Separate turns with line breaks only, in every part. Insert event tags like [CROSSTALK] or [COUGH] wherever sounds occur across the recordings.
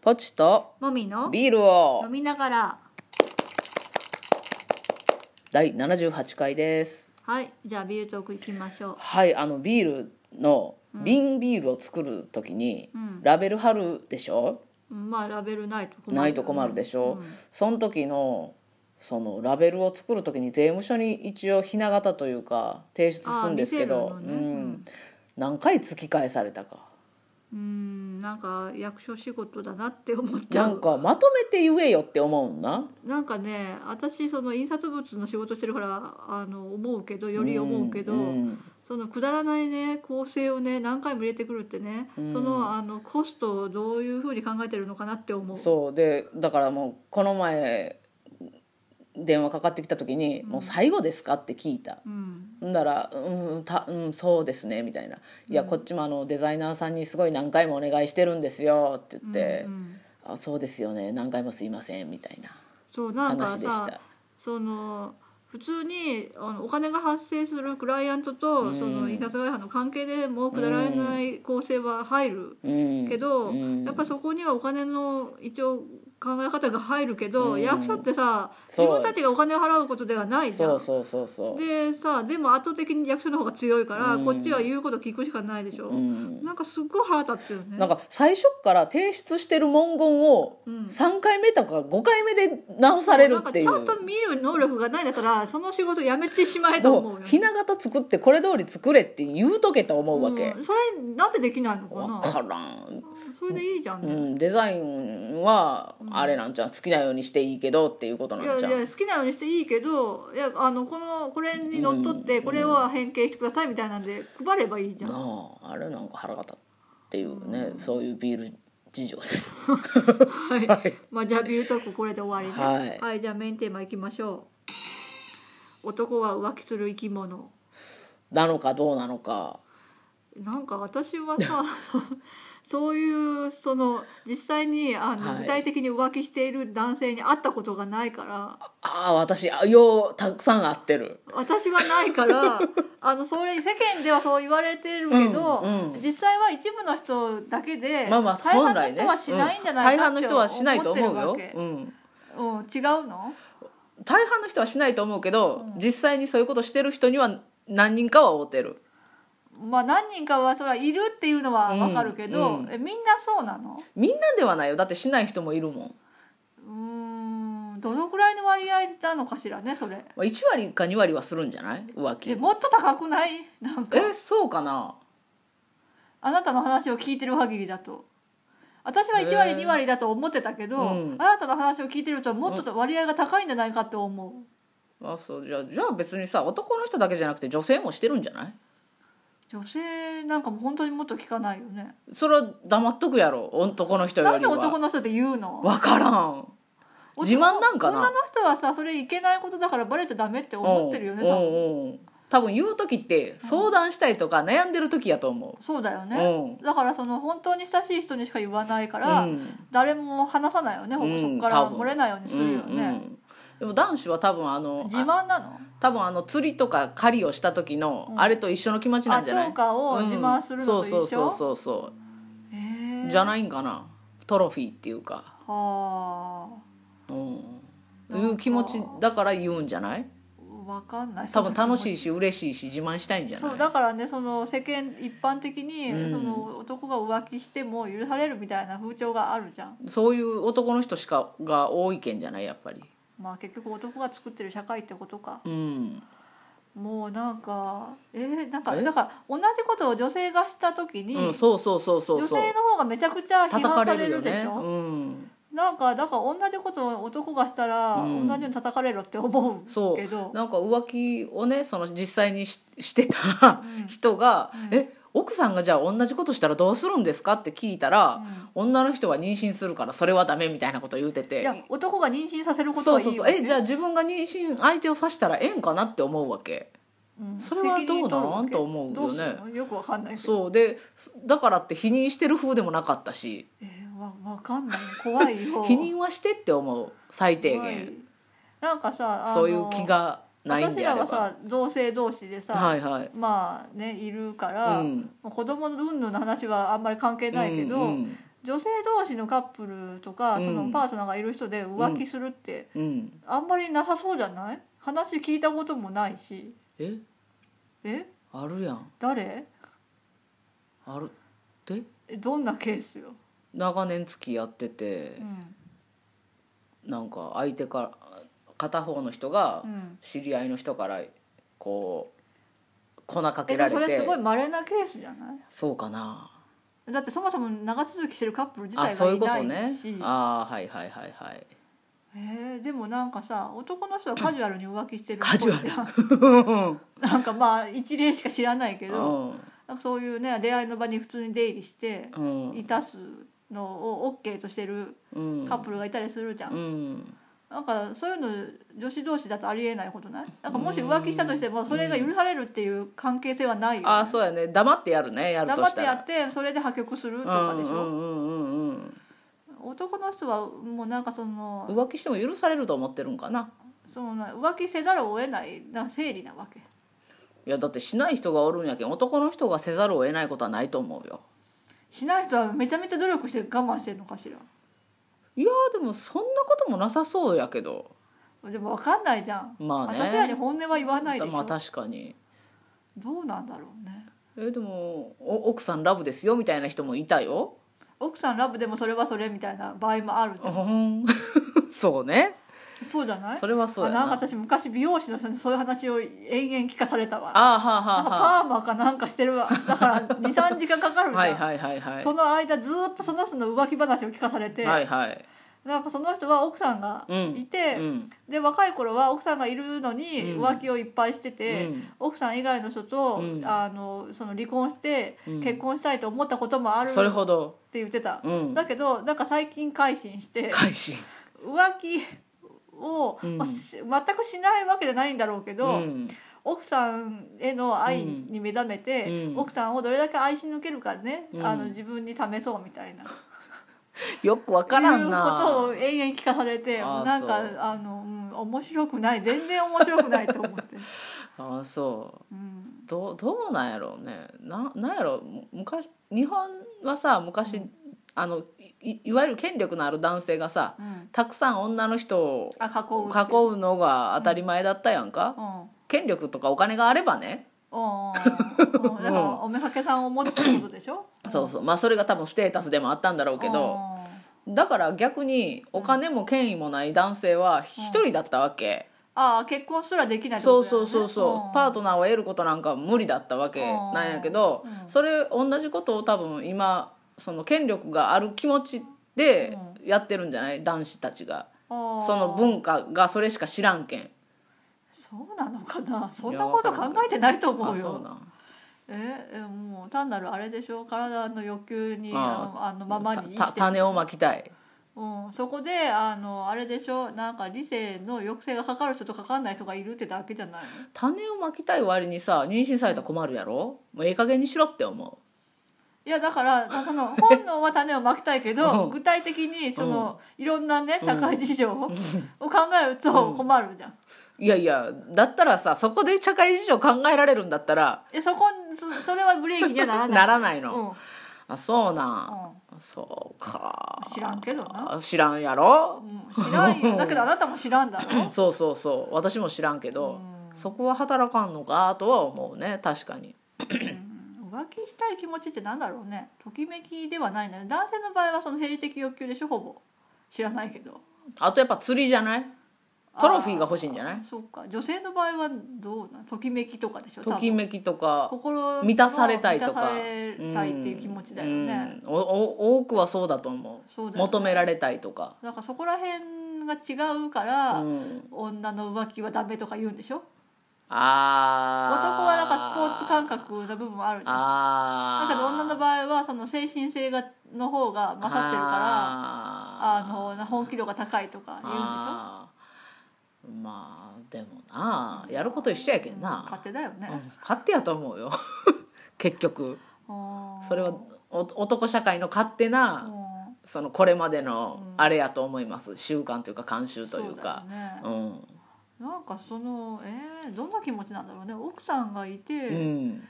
ポチと
もみの
ビールを
飲みながら
第78回です
はいじゃあビールトークいきましょう
はいあのビールの瓶ビールを作る時に
うん
ラベル貼るでしょ、
うんまあラベルないと困る
ないと困るでしょ、その時のそのラベルを作る時に税務署に一応ひな形というか提出するんですけど、
あ見せ
う
るのね
ん、何回突き返されたか
うんうんなんか役所仕事だなって思っちゃ
なん
う
かまとめて言えよって思うんな
なんかね私その印刷物の仕事してるからあの思うけどより思うけど、
ん
そのくだらないね構成をね何回も入れてくるってね、
うん
そのあのコストをどういうふうに考えてるのかなって思う
そうでだからもうこの前電話かかってきた時に「もう最後ですか?」って聞いた。
うん
んだら「うんたうんそうですね」みたいな「いやこっちもあのデザイナーさんにすごい何回もお願いしてるんですよ」って言って「
うんうん
あそうですよね何回もすいません」みたいな
そうなんか
話でし
さ
た。
その普通にあのお金が発生するクライアントと、
うん
その印刷会社の関係でもくだらない構成は入る、
うん、
けど、
うん
やっぱそこにはお金の一応考え方が入るけど、
うん
役所ってさ
そう
自分たちがお金を払うことではないじゃん。
そうそうそうそう、
でさでも圧倒的に役所の方が強いから、
うん
こっちは言うこと聞くしかないでしょ、
うん、
なんかすっごい腹立ってるよね
なんか最初っから提出してる文言を
うん
3回目とか5回目で直されるっていう。
なんかちゃんと見る能力がないんだからその仕事やめてしまえと思う
も
よ
う
ね
ひな形作ってこれ通り作れって言うとけと思うわけ
う、んそれなんでできないのか
わ
な
からん、
それでいいじゃん
う
ね、
ん、デザインはあれなんちゃう好きなようにしていいけどっていうこと
い
な
や
ん
い
ち
や
ゃう
好きなようにしていいけどいやあのこのこれにのっとってこれは変形してくださいみたいなんで配ればいいじゃん、
なああれなんか腹が立っていうね、そういうビール事情です [LAUGHS]
はい、まあじゃあビュートークこれで終わりね
はい
じゃあメインテーマいきましょう男は浮気する生き物
なのかどうなのか
なんか私
[LAUGHS]
はさそういうその実際にあの、
はい
具体的に浮気している男性に会ったことがないから
ああ私あようたくさん合ってる
私はないから
[LAUGHS]
あのそれ世間ではそう言われてるけど、
うんうん
実際は一部の人だけで、
まあまあ
大
本
半の
来ね
人はしないんじゃな
うん
い
大
か
半
っ
の
て
人はしないと
思って
思
る
うよ
わけ、
うん、
うん、違うの
大半の人はしないと思うけど、
うん
実際にそういうことしてる人には何人かは会うてる
まあ何人かはそれはいるっていうのはわかるけど、
うんうん
えみんなそうなの
みんなではないよだってしない人もいるもん
うーんどのくらいの割合なのかしらねそれ
まあ1割か2割はするんじゃない浮気
えもっと高くないなんか
えそうかな
あなたの話を聞いてる限りだと私は1割
へー
2割だと思ってたけど、
うん
あなたの話を聞いてるともっと割合が高いんじゃないかって思う、
あそうじゃあじゃあ別にさ男の人だけじゃなくて女性もしてるんじゃない
女性なんかもう本当にもっと聞かないよね
それは黙っとくやろ男の人
な
よ
ん
り
で男
は
の人って言うの
分からん
男
自慢なんか
女の
な
人はさそれいけないことだからバレちゃダメって思ってるよね
うん
多分
うんうん多分言う時って相談したりとか悩んでる時やと思
そうだよ
う、う
ね、
ん
だからその本当に親しい人にしか言わないか
う
ら、
ん
誰も話さないよね、
うん
そこから
多分
漏れないようにするよね、
うんうんでも男子は多分あの
自
あ
慢なの
多分あの釣りとか狩りをした時の、
うん
あれと一緒の気持ちなんじゃない
あ釣果を自慢するのと一緒
うんそうそうそうそう、
へー
じゃないんかなトロフィーっていうか、
は
うん、
なん
い
か
う気持ちだから言うんじゃない
あわかんない
多分楽し
い
いし嬉しいし自慢したいんじゃない
そうだからねその世間一般的に、
うん
その男が浮気しても許されるみたいな風潮があるじゃん
そういう男の人しかが多いけんじゃないやっぱり
まあ結局男が作ってる社会ってことか
うん
もうなんかえー、なんか
え
だから同じことを女性がした時に、
うん、そうそうそうそう
女
そう
性の方がめちゃくちゃ批
叩
判
か
さ
れ
れ
るよ
るでし
ね
ょ、
うん
なんかだから同じことを男がしたら、
うん
同じように叩かれろって思
そう
うけど
なんか浮気をねその実際にししてた
うん
人が「
うん
え奥さんがじゃあ同じことしたらどうするんですか?」って聞いたら、女の人は妊娠するからそれはダメみたいなこと言うてて
いや男が妊娠させること
そう
はいい
そう
よ、ね、
そうえじゃあ自分が妊娠相手を刺したらええんかなって思うわけ
うん
それはどうなん
責任取るわけ
と思うよね
どするのよくわかんないけど
そうでだからって否認してる風でもなかったし
えーわわかんない怖い
[LAUGHS]
よ
否認はしてって思う最低
怖い
限
なんかさあの
そういう気がないんであれば
私らはさ同性同士でさ、
はいはい
まあねいるから、
うん
子供の云々の話はあんまり関係ないけど、
うんうん
女性同士のカップルとか、
うん
そのパートナーがいる人で浮気するって、
うん
あんまりなさそうじゃない話聞いたこともないし
え
え
あるやん
誰
あるって
えどんなケースよ、
長年付き合ってて
うん
なんか相手から片方の人が
うん、
知り合いの人からこう粉か
え
け
で
ら
も
れ
それ
て
すごい稀なケースじゃない
そうかな
だってそもそも長続きしてるカップル自
あ
体
そういうこ
が
と
いな
ね
いし
ああはいはいはいはい
えーでもなんかさ男の人はカジュアルに浮気してる
カジュアル
ル [LAUGHS] なんかまあ一例しか知らないけ
う
ど
ん
なんかそういうね出会いの場に普通に出入りして
うん
いたすのを OK としてる
うん
カップルがいたりするじゃん、
うん
なんかそういうの女子同士だとありえないことないなんかもし浮気したとしてもそれが許されるっていう関係性はないよね、
ああそうやね黙ってやるねやると
黙っ
してた
や
ら
ってそれで破局するとかでしょ、
うんうんうんうんうん
男の人はもうなんかその
浮気しても許されると思ってるんかな
その浮気せざるを得ないな生理なわけ
いやだってしない人がおるんやけん男の人がせざるを得ないことはないと思うよ
しない人はめちゃめちゃ努力して我慢してるのかしら
いやーでもそんなこともなさそうやけど
でも分かんないじゃん、
まあね
私らに本音は言わないでしょ、
まあ確かに
どうなんだろうね
えでもお奥さんラブですよみたいな人もいたよ [LAUGHS]
奥さんラブでもそれはそれみたいな場合もあるじ
う
ゃん
んそうね
そうじゃない
それはそうや
あ
な
なんか私昔美容師の人にそういう話を延々聞かされたわ
あーはあ
なんか
はあは
パーマかなんかしてるわだ
[LAUGHS]
から23時間かか
あ
るじゃん、
はいはいはいはい
その間ずーっとその人の浮気話を聞かされて、
はいはい
なんかその人は奥さんがいて、
うん
で若い頃は奥さんがいるのに
うん
浮気をいっぱいしてて、
うん
奥さん以外の人と、
うん
あのその離婚して
うん
結婚したいと思ったこともあるって
それほど
言ってた、
うん
だけどなんか最近改心して
改心
浮気を、
うん
まあし全くしないわけじゃないんだろうけ
う
ど、
ん
奥さんへの愛に目覚めて、
うん
奥さんをどれだけ愛し抜けるかね、
うん
あの自分に試そうみたいな。
よくわからん
いうこと
な
を延々聞かされて
あー
なんか
そう
あの、うん、面白くない全然面白くないと思って、
ああそう
うん、
どうどうなんやろうねななんやろむ昔日本はさ昔、あのいいわゆる権力のある男性がさ
うん、
たくさん女の人を
あ囲うっていう
囲うのが当たり前だったやんか、
うん
権力とかお金があればね、
うんうんうんだか
[LAUGHS] う
らおめはけさんを持つってことでしょ
[COUGHS] そうそうまあそれが多分ステータスでもあったんだろうけど、だから逆にお金も権威もない男性は一人だったわけ、
ああ結婚すらできないって
そ
こ
う
とだよ
そうそ
ね
うそう、パート
ん
ナーを得ることなんか無理だったわけなんやけど、
うん
それ同じことを多分今その権力がある気持ちでやってるんじゃない男子たちが
ああ
その文化がそれしか知らんけん
そうなのかなそんなこと考えてないと思
あ
う
そう
よ
なん
ええもう単なるあれでしょ体の欲求にあ
あ
のあのままに生きて
たた種をまきたい
うん、そこであのあれでしょなんか理性の抑制がかかる人とかかんない人がいるってだけじゃないの
種をまきたい割にさ妊娠されたら困るやろもうええ加減にしろって思
いやだからその本能は種をまきたいけ
う
ど
ん
具体的にそのいろんなね社会事情を考える
う
と
ん
困るじゃん。
ういやいやだったらさそこで社会事情考えられるんだったら
えそこそそれはブレーキにはならない。
ならないの、
うんうん
あそうなん、そうか
知らんけどな
あ知らんやろ
うん知らんよだけどあなたも知らんだろ。
そうそうそう私も知らんけど、 [LAUGHS] そこは働かんのかとは思うね確かに
うん浮気したい気持ちってなんだろうねときめきではないんだよね男性の場合はその生理的欲求でしょほぼ知らないけど
あとやっぱ釣りじゃないトロフィーが欲しいんじゃない
そうか女性の場合はどうなのときめきとかでしょ
ときめきとか
多分心の
満たされたいとか
満たされたいっていう気持ちだよね、
うんうんおお多くはそうだと思う
そうだよね
求められたいとか、
なんかそこら辺が違うから、
うん
女の浮気はダメとか言うんでしょ
あ
男
ー
はなんかスポーツ感覚な部分もあるじゃん
あ
だけど女の
合
場合はその精神性がの方が勝ってるから
あ
あの本気度が高いとか言うんでしょ
あーまあでもなやること一緒やけんな、
勝手だよね、
うん勝手やと思うよ [LAUGHS] 結局
あー
それはお男社会の勝手
う
なんそのこれまで
う
の
ん
あれやと思います習慣というか慣習というか
そうだよね
うん
なんかそのえー、どんな気持ちなんだろうね奥さんがいて、
うん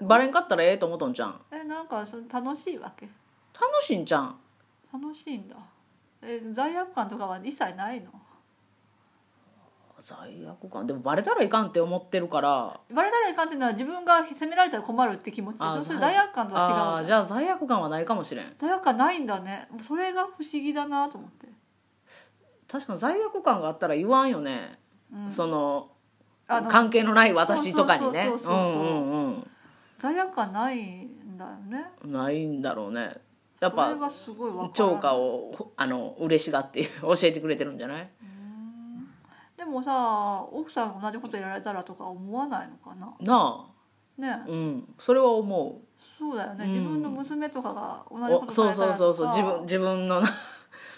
バレんかったらええと思っとんじゃん
えなんかその楽しいわけ
楽しいんじゃん
楽しいんだえ罪悪感とかは一切ないの
罪悪感でもバレたらいかんって思ってるから
バレたらいかんっていうのは自分が責められたら困るって気持ちで
あ
そうする
はい
罪悪感と
あ
は違
ー
う
じゃあ罪悪感はないかもしれん
罪悪感ないんだねもうそれが不思議だなと思って、
確かに罪悪感があったら言わんよね、
うん、
その
あの
関係のない私とかにね
そううそうそうそうん
うん
罪悪感ないんだよね
うんないんだろうねやっ
それ
ぱ
がすごいわからない
超過をあの嬉しがって [LAUGHS] 教えてくれてるんじゃない
でもさ奥さん同じことやられたらとか思わないのかな
な
ね
あうんそれは思う
そうだよね、
うん
自分の娘とかが同じこ
お
とさ
そ
れ
う
た
そ
ら
う
と
そうそう
か
自分自分の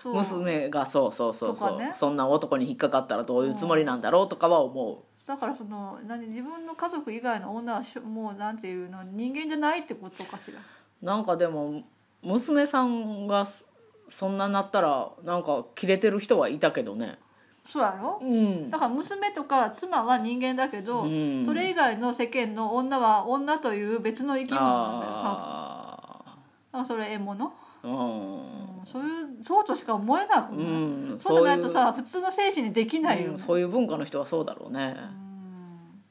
そう
娘がそうそうそうそ
と
う、
かね
そんな男に引っかかったらどういうつもりなんだろうとかは思
だからその何自分の家族以外の女はしょもうなんていうの人間じゃないってことかしら
うなんかでも娘さんがそそんななったらなんかキレてる人はいたけどね
そうやろ
うん
だから娘とか妻は人間だけど、
うん
それ以外の世間の女は女という別の生き物なんだよ多分
あ
だからそれ獲物、
あうん
うんそういうそうとしか思えなくない、
うん
そうじゃないと
そういう
さ普通の精神にできないよね、
うんそういう文化の人はそうだろうね
うん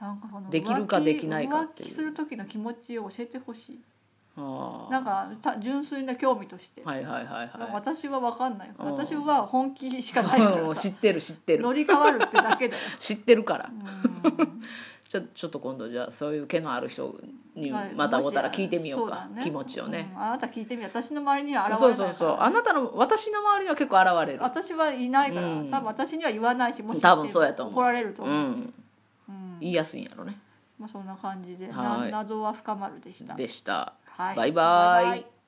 なんかその
できるかできないかっていう
浮気する時の気持ちを教えてほしい
ああ
なんかた純粋な興味として、
はいはいはいはい
私は分かんないから
うん
私は本気しかないか
そうも
ら
う知
さ
ってる知ってる
乗り換わるって
[LAUGHS]
だけだよ、
知ってるから
う
ちょちょっと今度じゃあそういう毛のある人に
んはい
またお
も
う
した
ら聞いてみようか
そだね
気持ちをね
うんあなた聞いてみ私の周りには現れ
そ
な
う
いか
そ
ら
うそうあなたの私の周りには結構現れる
私はいないから、
うん
多分私には言わないしもし
多分そうやと思う
怒られると
う
思う、
ん
うん
言いやすいんやろね
まあ、そんな感じで、
はい
な謎は深まるでした
でした
はい
バイバイ
バイバイ